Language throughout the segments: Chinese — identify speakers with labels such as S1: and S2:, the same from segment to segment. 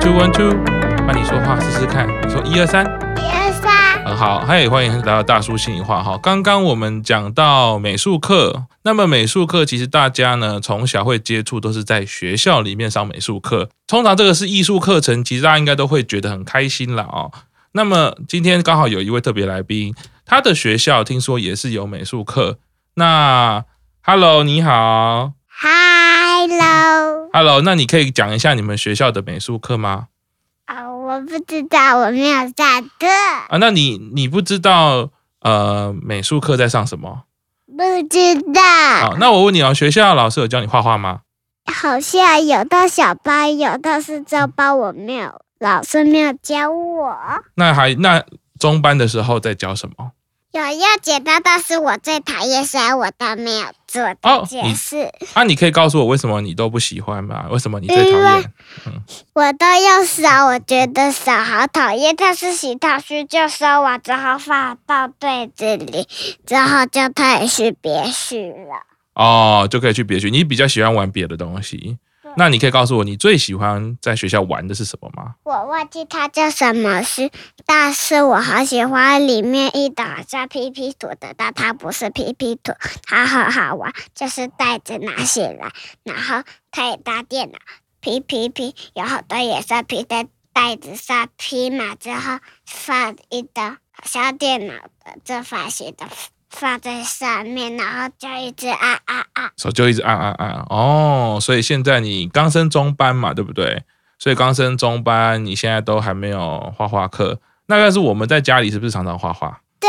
S1: two one two，换你说话试试看。你说一二三，
S2: 一二三，
S1: 很好。嗨，欢迎来到大叔心里话哈。刚刚我们讲到美术课，那么美术课其实大家呢从小会接触，都是在学校里面上美术课。通常这个是艺术课程，其实大家应该都会觉得很开心啦哦。那么今天刚好有一位特别来宾，他的学校听说也是有美术课。那 Hello，你好。
S2: ，Hello。
S1: Hello，那你可以讲一下你们学校的美术课吗？
S2: 啊，我不知道，我没有上课，
S1: 啊，那你你不知道呃美术课在上什么？
S2: 不知道。
S1: 好，那我问你哦，学校老师有教你画画吗？
S2: 好像有的小班，有的是中班，我没有，老师没有教我。
S1: 那还那中班的时候在教什么？
S2: 有要解答，但是我最讨厌，虽然我都没有做
S1: 哦
S2: 的解释，
S1: 啊，你可以告诉我为什么你都不喜欢吗？为什么你最讨
S2: 因为
S1: 厌？
S2: 我都用手，我觉得手好讨厌。但是洗头须就收完，只好放到柜子里，之后就退去别去了。
S1: 哦，就可以去别去。你比较喜欢玩别的东西
S2: 对，
S1: 那你可以告诉我你最喜欢在学校玩的是什么吗？
S2: 我忘记它叫什么诗，但是我好喜欢里面一打像 PP 图的，但它不是 PP 图，它很好玩，就是袋子拿起来，然后可以搭电脑，P P P 有好多野生皮在袋子上披满之后，放一个像电脑的这发型的放在上面，然后就一直按按按，
S1: 手就一直按按按。哦，所以现在你刚升中班嘛，对不对？所以刚升中班，你现在都还没有画画课。那但是我们在家里是不是常常画画？
S2: 对，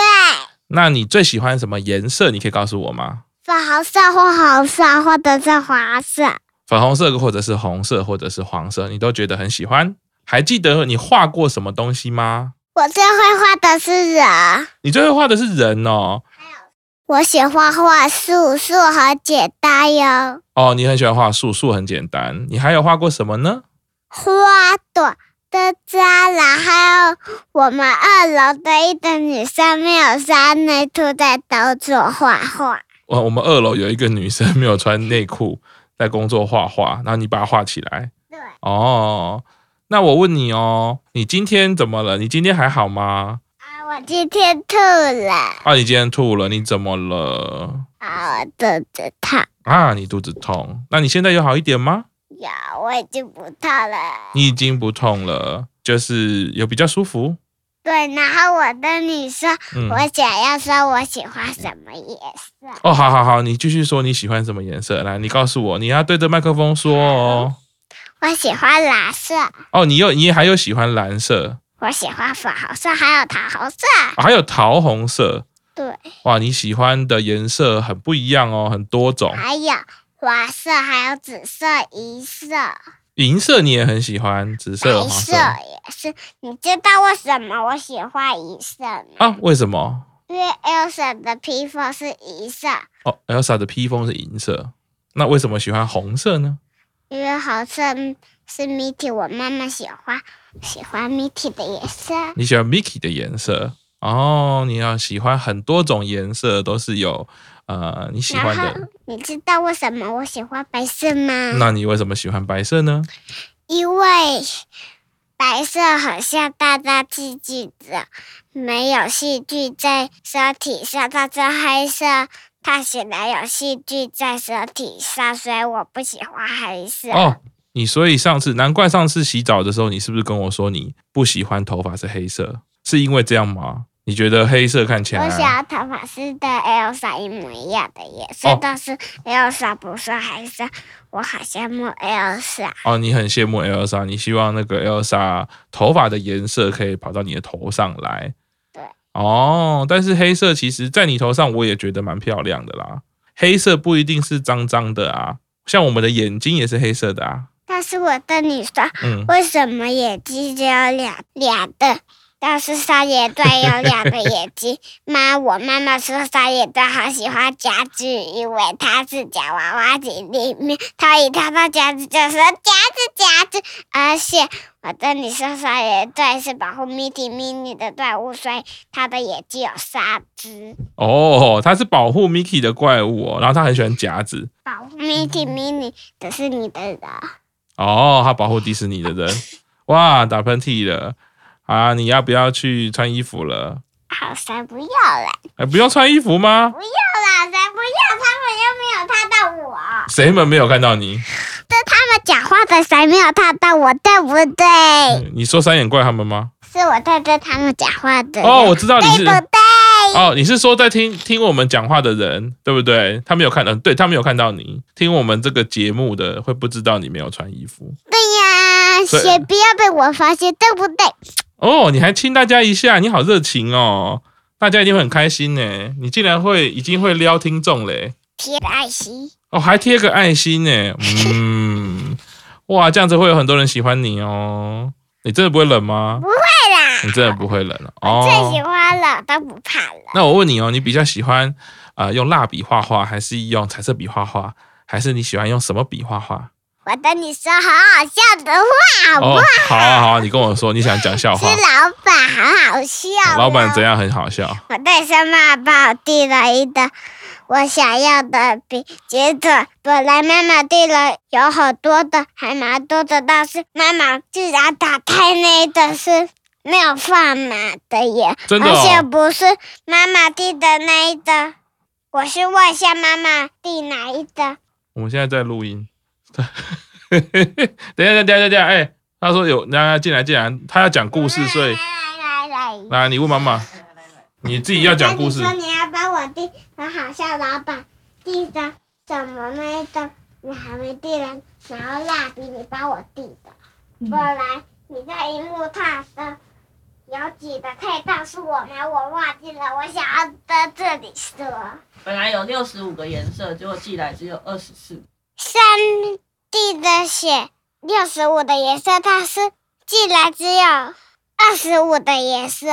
S1: 那你最喜欢什么颜色？你可以告诉我吗？
S2: 粉红色或红色或者是黄色。
S1: 粉红色，或者是红色，或者是黄色，你都觉得很喜欢。还记得你画过什么东西吗？
S2: 我最会画的是人。
S1: 你最会画的是人哦，
S2: 我喜欢画树，树很简单哟。
S1: 哦，你很喜欢画树，树很简单。你还有画过什么呢？
S2: 花朵的蟑螂，还有我们二楼的一个女生没有穿内裤在工作画画。
S1: 我我们二楼有一个女生没有穿内裤，在工作画画，然后你把它画起来。
S2: 对，
S1: 哦，那我问你哦，你今天怎么了？你今天还好吗？
S2: 啊，我今天吐了，
S1: 啊，你今天吐了，你怎么了？
S2: 啊，我肚子痛。
S1: 啊，你肚子痛，那你现在有好一点吗？
S2: 呀，我已经不痛了。
S1: 你已经不痛了，就是有比较舒服。
S2: 对，然后我跟你说，
S1: 嗯，
S2: 我想要说我喜欢什么颜色？
S1: 哦，好好好，你继续说你喜欢什么颜色，来，你告诉我，你要对着麦克风说哦。
S2: 我喜欢蓝色，
S1: 哦，你又你还有喜欢蓝色，
S2: 我喜欢粉红色，还有桃红色。
S1: 啊还有桃红色。
S2: 对，
S1: 哇，你喜欢的颜色很不一样哦，很多种。
S2: 还有黄色，还有紫色、银色、
S1: 银色你也很喜欢，紫色、
S2: 白
S1: 黄
S2: 色
S1: 色
S2: 也是。你知道为什么我喜欢银色吗？
S1: 啊？为什么？
S2: 因为 Elsa 的披风是银色，
S1: 哦，Elsa 的披风是银色，那为什么喜欢红色呢？
S2: 因为红色是 Mitty，我妈妈喜欢喜欢 Mitty 的颜色。
S1: 你喜欢 Mickey 的颜色哦，你要喜欢很多种颜色都是有呃你喜欢
S2: 然
S1: 的嗯
S2: 后。你知道为什么我喜欢白色吗？
S1: 那你为什么喜欢白色呢？
S2: 因为白色很像大大寄居子，没有细菌在身体上，但是黑色它显然有细菌在身体上，所以我不喜欢黑色。
S1: 哦，你所以上次难怪上次洗澡的时候，你是不是跟我说你不喜欢头发是黑色？是因为这样吗？你觉得黑色看起
S2: 我
S1: 来
S2: 想要头发是跟 Elsa 一模一样的颜色，
S1: 哦
S2: 但是 Elsa 不是黑色，我好羡慕 Elsa。
S1: 哦，你很羡慕 Elsa，你希望那个 Elsa 头发的颜色可以跑到你的头上来。
S2: 对。
S1: 哦，但是黑色其实在你头上我也觉得蛮漂亮的啦。黑色不一定是脏脏的啊，像我们的眼睛也是黑色的啊。
S2: 但是我跟你说，
S1: 嗯，
S2: 为什么眼睛只有两两个？但是三眼段有两个眼睛。 妈，我妈妈说三眼段好喜欢夹子，因为它是夹娃娃机里面，它一看到夹子就说夹子夹子。而且我跟你说，三眼段是保护 Mitty Mini 的怪物，所以它的眼睛有三只，
S1: 哦，它是保护 Mickey 的怪物哦，然后它很喜欢夹子。
S2: 保护 Mitty Mini 只是你的人。
S1: 哦，他保护迪士尼的人。哇，打喷嚏了啊！你要不要去穿衣服了？
S2: 好，才不要嘞！
S1: 哎，不用穿衣服吗？
S2: 好啦，才不要！他们又没有踏到我。
S1: 谁们没有看到你？
S2: 他们讲话的才没有踏到我，对不对？
S1: 你说三眼怪他们吗？
S2: 是我在对他们讲话的。
S1: 哦，我知道你
S2: 对
S1: 是
S2: 不对？
S1: 哦，你是说在听听我们讲话的人，对不对？他没有看到，对他没有看到你，听我们这个节目的会不知道你没有穿衣服。
S2: 对呀，
S1: 对
S2: 先不要被我发现，对不对？
S1: 哦，你还亲大家一下，你好热情哦，大家一定会很开心呢。你竟然会已经会撩听众嘞，
S2: 贴的爱心，
S1: 哦，还贴个爱心呢，嗯，哇，这样子会有很多人喜欢你哦。你真的不会冷吗？
S2: 不会啦，
S1: 你真的不会冷
S2: 我最喜
S1: 哦。
S2: 欢了，都不怕了。
S1: 那我问你哦，你比较喜欢啊、呃用蜡笔画画，还是用彩色笔画画，还是你喜欢用什么笔画画？
S2: 我跟你说，好好笑的话，好不
S1: 哦
S2: 好？，
S1: 好啊好啊，你跟我说你想讲笑
S2: 是
S1: 话，
S2: 老板，好好笑哦。
S1: 啊老板怎样很好笑。
S2: 我对生妈把我递了一个我想要的笔，结果本来妈妈递了有很多的，还蛮多的，但是妈妈居然打开那一个是没有放满的耶，
S1: 真的哦
S2: 而且不是妈妈递的那一个，我是问一下妈妈递哪一个，
S1: 我们现在在录音。 等一下，等一下，等一下，等一下，哎、他说有，那进来，进来，他要讲故
S2: 哎
S1: 事，所以
S2: 来来来来。
S1: 来，你问妈妈，你自己要讲故事
S2: 那。你说你要帮我递，很好笑老板递的怎么那一个你还没递呢？然后蜡笔你帮我递的，本来你在荧幕上的有几个可以告诉我吗？我忘记了，我想要在这里说
S3: 本来有六十五个颜色，结果寄来只有二十四。
S2: 三 D 的写六十五的颜色，但是竟然只有二十五的颜色，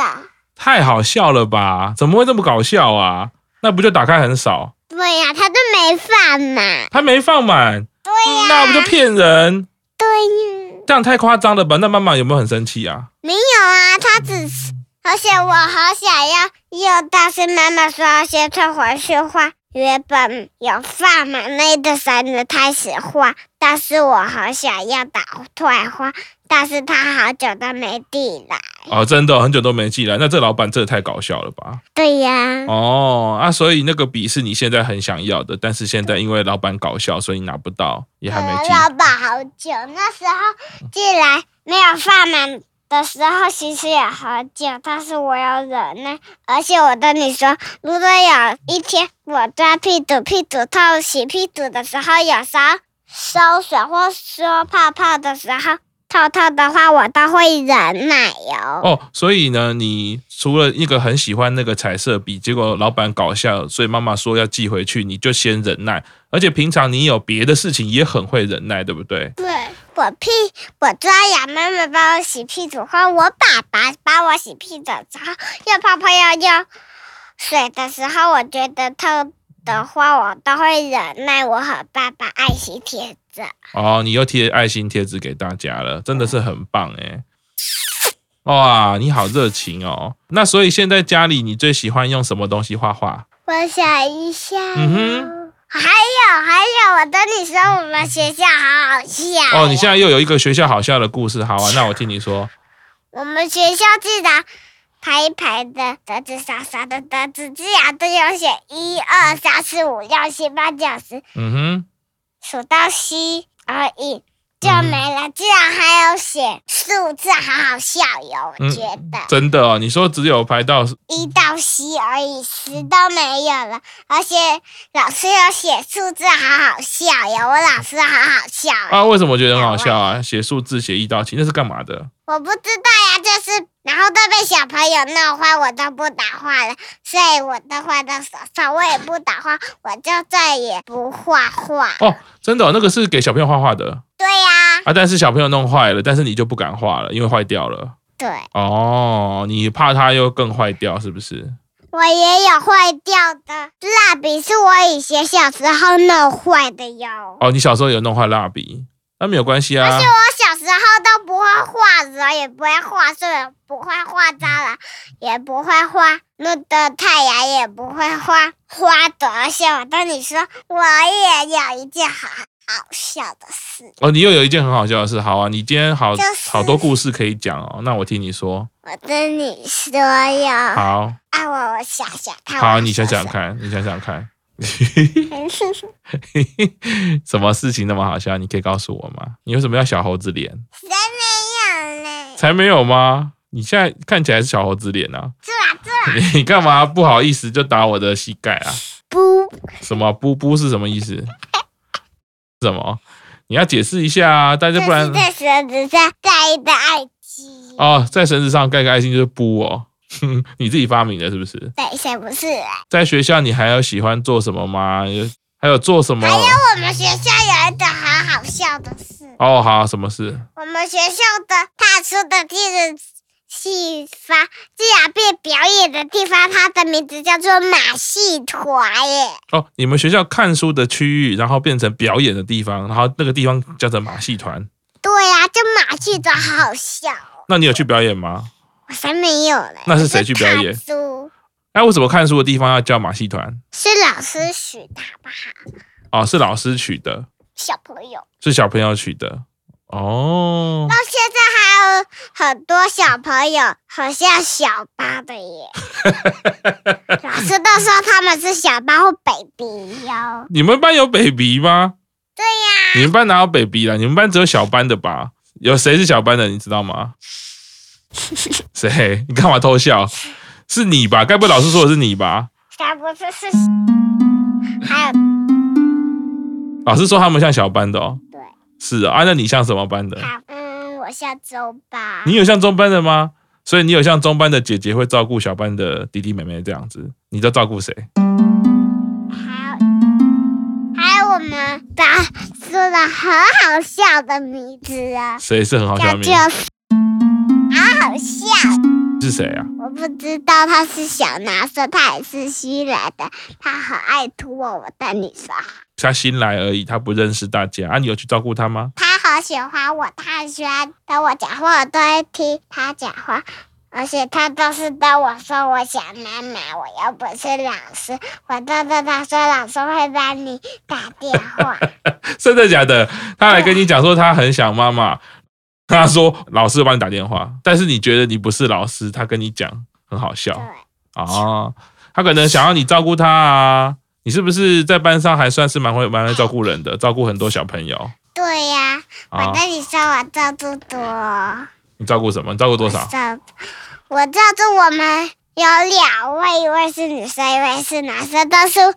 S1: 太好笑了吧？怎么会这么搞笑啊？那不就打开很少？
S2: 对呀、他都没放嘛，
S1: 他没放满，
S2: 对呀、
S1: 那不就骗人？
S2: 对呀、
S1: 这样太夸张了吧？那妈妈有没有很生气啊？
S2: 没有啊，他只是，而且我好想要用，但是妈妈说要先退回去画。原本有放满那个才能开始画，但是我好想要打退画，但是他好久都没递来。
S1: 哦，真的很久都没寄来，那这老板真的太搞笑了吧？
S2: 对呀、
S1: 哦啊，所以那个笔是你现在很想要的，但是现在因为老板搞笑，所以你拿不到，也还没嗯
S2: 等
S1: 寄。
S2: 了老板好久，那时候进来没有放满的时候，其实也好久，但是我有忍耐，而且我跟你说，如果有一天我抓屁股屁股痛、洗屁股的时候，有时候收水或说泡泡的时候痛痛的话，我都会忍耐哟、
S1: 哦，所以呢，你除了一个很喜欢那个彩色笔，结果老板搞笑，所以妈妈说要寄回去，你就先忍耐。而且平常你有别的事情也很会忍耐，对不对？
S2: 对我屁，我抓痒，妈妈帮我洗屁股后，我爸爸帮我洗屁股的时候，用泡泡要用水的时候，我觉得痛的话，我都会忍耐。我和爸爸爱心贴纸，
S1: 哦，你又贴爱心贴纸给大家了，真的是很棒诶。哇，你好热情哦！那所以现在家里你最喜欢用什么东西画画？
S2: 我想一下哦。
S1: 嗯哼
S2: 还有还有，我跟你说，我们学校好好笑
S1: 哦，你现
S2: 在
S1: 在又有一个学校好笑的故事，好啊，那我听你说。
S2: 我们学校竟然排一排的，得子傻傻的得子，竟然都要写一二三四五六七八九十，
S1: 嗯哼，
S2: 数到七而已，就
S1: 嗯
S2: 没了。竟然还有写数字，好好笑哟！我
S1: 嗯
S2: 觉得
S1: 真的哦，你说只有排到
S2: 一到七而已，十都没有了。而且老师有写数字，好好笑哟！我老师好好笑哟，
S1: 啊？为什么我觉得很好笑啊？写数字写一到七，那是干嘛的？
S2: 我不知道呀，就是然后都被小朋友弄坏，我都不打画了，所以我都画到手上，我也不打画，我就再也不画画。
S1: 哦，真的哦、那个是给小朋友画画的
S2: 对呀、
S1: 啊，但是小朋友弄坏了，但是你就不敢画了，因为坏掉了。
S2: 对
S1: 哦，你怕它又更坏掉，是不是？
S2: 我也有坏掉的蜡笔，是我以前小时候弄坏的哟。
S1: 哦，你小时候有弄坏蜡笔，那没有关系啊
S2: 而且。我小时候都不会画人，也不会画树，也不会画蟑螂，也不会画那个太阳，也不会画花朵。而且我跟你说，我也有一件好好笑的事。
S1: 哦，你又有一件很好笑的事，好啊，你今天好
S2: 就是
S1: 好多故事可以讲哦，那我听你说，
S2: 我跟你说哟，
S1: 好，
S2: 啊，我我想想看。
S1: 好，啊你想想。看，你想想看， 什么事情那么好笑？你可以告诉我吗？你为什么要小猴子脸？
S2: 没有嘞，
S1: 才没有吗？你现在看起来是小猴子脸啊！
S2: 住啦住啦，
S1: 你干嘛不好意思就打我的膝盖啊？
S2: 不
S1: 什么布布是什么意思？ 什么？你要解释一下啊！大家不然
S2: 就是在舌子上带一个爱心。
S1: 哦，在绳子上盖个爱心就是布哦。 哼，你自己发明的是不是？
S2: 对，谁不是啦？
S1: 在学校你还有喜欢做什么吗？有还有做什么？
S2: 我们学校有一个很好笑的事，
S1: 哦，好，什么事？
S2: 我们学校的踏出的地址戏法这样变表演的地方，它的名字叫做马戏团耶。
S1: 哦，你们学校看书的区域，然后变成表演的地方，然后那个地方叫做马戏团。
S2: 对呀、这马戏团好好笑哦，
S1: 那你有去表演吗？
S2: 我才没有嘞。
S1: 那是谁去表演
S2: 我是看书
S1: 哎，为什么看书的地方要叫马戏团？
S2: 是老师许的，好不好？
S1: 哦，是老师取的，
S2: 小朋友。
S1: 是小朋友取的。哦，
S2: 到现在还有很多小朋友很像小八的 耶。老师都说他们是小八或 baby 哟。
S1: 你们班有 baby 吗？
S2: 对呀、
S1: 你们班哪有 baby 啦？你们班只有小班的吧？有谁是小班的？你知道吗？谁？你干嘛偷笑？是你吧？该不会老师说的是你吧？
S2: 才不是是。还有
S1: 老师说他们像小班的哦。
S2: 对，
S1: 是啊，啊那你像什么班的？
S2: 他，嗯，我像周八。
S1: 你有像中班的吗？所以你有像中班的姐姐会照顾小班的弟弟妹妹这样子，你都照顾谁？
S2: 还有还有我们把说了很好笑的名字啊，
S1: 谁是很好
S2: 叫
S1: 笑的名字
S2: 做。 好好笑，
S1: 是谁啊？
S2: 我不知道他是小男生，他也是新来的，他很爱吐我。我跟你说，
S1: 他新来而已，他不认识大家啊。你有去照顾他吗？
S2: 他很喜欢我，他很喜欢跟我讲话，我都会听他讲话，而且他都是跟我说我想妈妈，我又不是老师，我都跟他说老师会帮你打电话。
S1: 真的假的？他来跟你讲说他很想妈妈，他说老师帮你打电话，但是你觉得你不是老师，他跟你讲很好笑
S2: 对。
S1: 啊、他可能想要你照顾他啊。你是不是在班上还算是蛮会蛮会照顾人的，照顾很多小朋友
S2: 对呀、
S1: 啊
S2: 我？跟你说，我照顾多，
S1: 你照顾什么？你照顾多
S2: 我
S1: 少？
S2: 照我照顾我们有两位，一位是女生，一位是男生，但是他们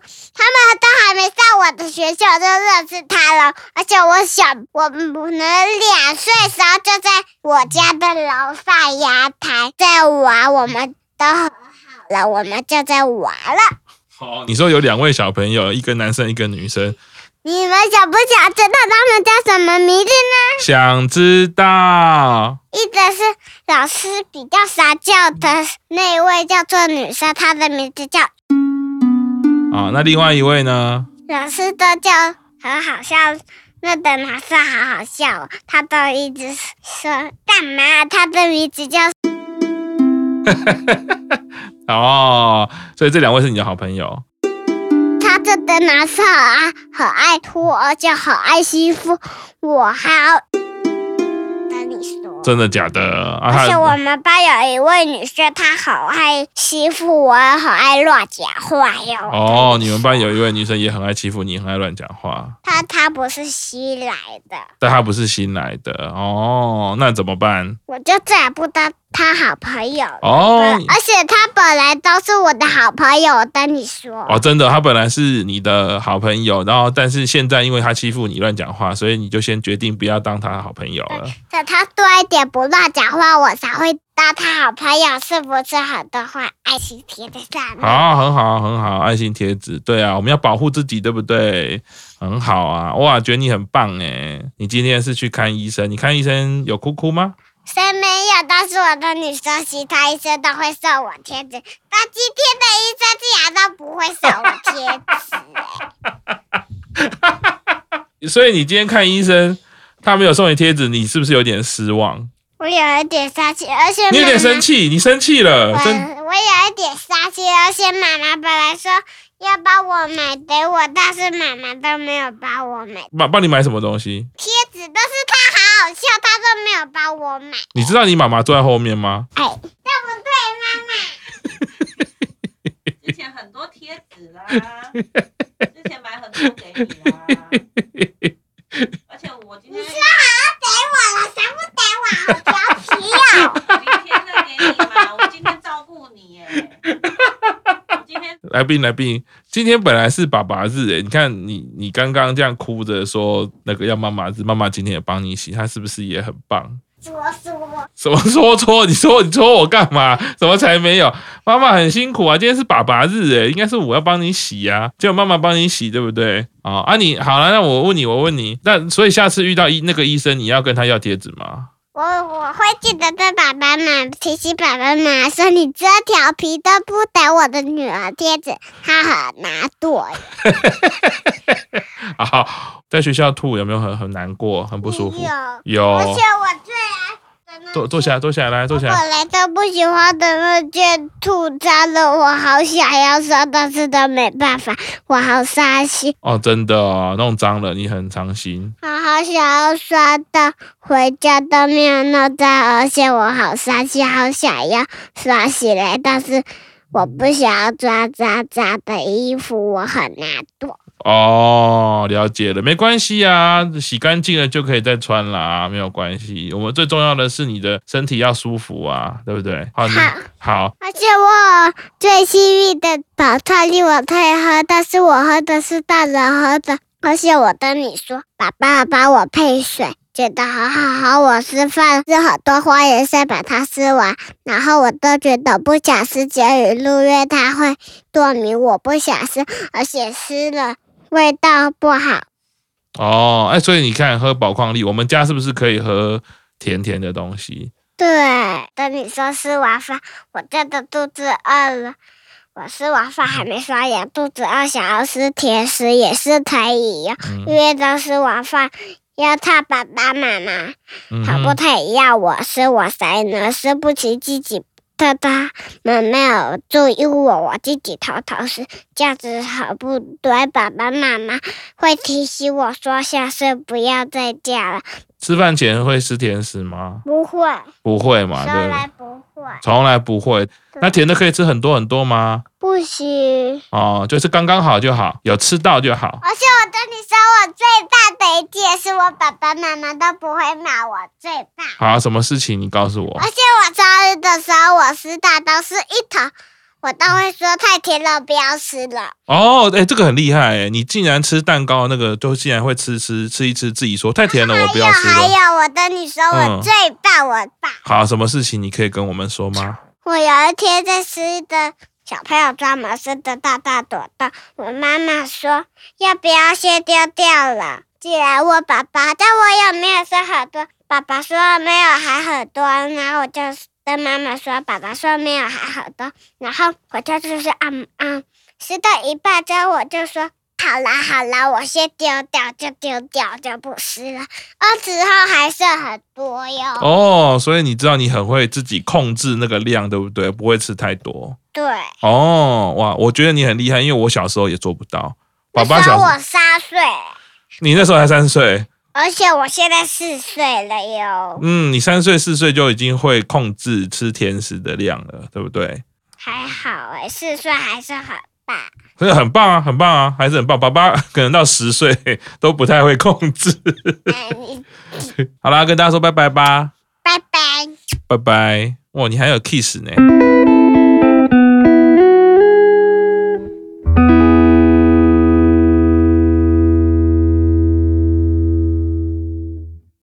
S2: 都还没上我的学校就认识他了，而且我小我们两岁时候就在我家的楼上阳台在玩，我们都和好了，我们就在玩了。
S1: 哦，你说有两位小朋友，一个男生，一个女生，
S2: 你们想不想知道他们叫什么名字呢？
S1: 想知道？
S2: 一个是老师比较少叫的那一位叫做女生，她的名字叫
S1: 啊，那另外一位呢？
S2: 老师都叫很好笑，那个老师好好笑哦，他都一直说干嘛？他的名字叫
S1: 哦，所以这两位是你的好朋友。
S2: 他这个男生很爱很啊爱拖，而且很爱欺负我，还要跟你说。
S1: 真的假的？啊，
S2: 而且我
S1: 他
S2: 们班有一位女生，她好爱欺负我，很爱乱讲话哟。
S1: 哦，你们班有一位女生也很爱欺负你，很爱乱讲话，
S2: 她她不是新来的，
S1: 但她不是新来的哦，那怎么办？
S2: 我就再也不当他好朋友了。
S1: 哦
S2: 而且他本来都是我的好朋友，我跟你说，
S1: 哦，真的，她本来是你的好朋友，然后但是现在因为她欺负你乱讲话，所以你就先决定不要当她的好朋友了。
S2: 等他多一点不乱讲话，我才会当他好朋友，是不是？很多话爱心贴在上面。
S1: 好，很好，很好，爱心贴纸，对啊，我们要保护自己，对不对？很好啊，哇，觉得你很棒诶。你今天是去看医生，你看医生有哭哭吗？
S2: 虽没有，但是我的女生其他医生都会送我贴纸，但今天的医生竟然都不会送我贴纸、哎
S1: 所以你今天看医生，他没有送你贴纸，你是不是有点失望？
S2: 我有一点生气，而且
S1: 你有点
S2: 妈妈啊
S1: 生气，你生气了，真
S2: 我我有一点生气，而且妈妈本来说要帮我买给我，但是妈妈都没有帮我买
S1: 妈帮你买什么东西？
S2: 贴纸，但是她好好笑，她都没有帮我买。
S1: 你知道你妈妈坐在后面吗？
S2: 哎，对不对，妈妈？
S3: 之前很多贴纸 啦，之前买很多给你啦，而且我今天
S2: 给我了，谁不给我？好调皮哦！
S3: 明天再给你嘛，我今天照顾你耶，我今天
S1: 来宾来宾，今天本来是爸爸日欸诶，你看你你刚刚这样哭着说那个要妈妈日，妈妈今天也帮你洗，她是不是也很棒？
S2: 我说，
S1: 什么说错？你 说你戳我干嘛？怎么才没有？妈妈很辛苦啊，今天是爸爸日诶，应该是我要帮你洗呀、啊，结果妈妈帮你洗，对不对？哦、啊你好了，那我问你，我问你，那所以下次遇到医那个医生，你要跟他要贴纸吗？
S2: 我我会记得跟爸爸妈妈提醒爸爸妈妈说，你这调皮都不给我的女儿贴纸，她很难做。
S1: 啊，好，在学校吐有没有很很难过，很不舒服
S2: 没？有，
S1: 有
S2: 而，且我最爱的那
S1: 坐坐下来，坐下来，来坐下来。
S2: 我来都不喜欢的那件兔脏了，我好想要说，但是都没办法，我好伤心，
S1: 哦，真的哦，弄脏了你很伤心。
S2: 我好想要刷到回家都没有弄脏，而且我好伤心，好想要刷起来，但是我不想要抓脏脏的衣服，我很难做。
S1: 哦，了解了，没关系啊，洗干净了就可以再穿啦、没有关系。我们最重要的是你的身体要舒服啊，对不对？好，你
S2: 好
S1: 好，
S2: 而且我最幸运的宝特利我可以喝，但是我喝的是大人喝的。而且我跟你说，爸爸帮我配水，觉得好好好。我吃饭吃很多花椰菜，把它吃完，然后我都觉得不想吃节鱼露，因为它会过敏，我不想吃，而且吃了味道不好。
S1: 哦，哎，所以你看喝宝矿力，我们家是不是可以喝甜甜的东西？
S2: 对，等你说吃完饭，我真的肚子饿了。我吃完饭还没刷牙，肚子饿，想要吃甜食也是可以呀、因
S1: 嗯
S2: 为当吃完饭要他爸爸妈妈，
S1: 嗯
S2: 他
S1: 哼
S2: 不太要我吃，我谁能吃不起自己的？他们没有注意我，我自己偷偷吃，这样子很不对。爸爸妈妈会提醒我说，下次不要再这样了。
S1: 吃饭前会吃甜食吗？
S2: 不会，
S1: 不会嘛，对
S2: 从
S1: 不对
S2: 来不会，
S1: 从来不会。
S2: 对
S1: 那甜的可以吃很多很多吗？
S2: 不行。
S1: 哦，就是刚刚好就好，有吃到就好。
S2: 而且我跟你说，我最棒的一件是我爸爸妈妈都不会骂我最棒。
S1: 好，什么事情你告诉我
S2: 而？且我生日的时候，我吃大都是一头，我都会说太甜了，不要吃了。
S1: 哦，哎、这个很厉害哎！你竟然吃蛋糕那个，都竟然会吃吃吃一吃，自己说太甜了，我不要吃
S2: 哎还
S1: 了。
S2: 有，我跟你说，
S1: 嗯
S2: 我最棒，我棒。
S1: 好，什么事情你可以跟我们说吗？
S2: 我有一天在吃的小朋友专门吃的大大朵的，我妈妈说要不要先丢掉了？既然我爸爸，但我有没有说很多？爸爸说没有，还很多。然后我就跟妈妈说，爸爸说没有，还很多。然后我就就是嗯嗯，吃到一半之后我就说。好啦好啦，我先丢掉就丢掉就不吃了，二十后还剩很多哟。
S1: 哦，所以你知道你很会自己控制那个量，对不对？不会吃太多。
S2: 对，
S1: 哦，哇，我觉得你很厉害，因为我小时候也做不到。爸爸
S2: 那时
S1: 小
S2: 候
S1: 时候，
S2: 我三岁，
S1: 你那时候才三岁，
S2: 而且我现在四岁了哟，
S1: 嗯，你三岁四岁就已经会控制吃甜食的量了，对不对？
S2: 还好哎、四岁还是很大。
S1: 所以很棒啊，很棒啊，还是很棒。爸爸可能到十岁都不太会控制。
S2: 哎你
S1: 好啦，跟大家说拜拜吧。
S2: 拜拜。
S1: 拜拜。哇，你还有 kiss 呢。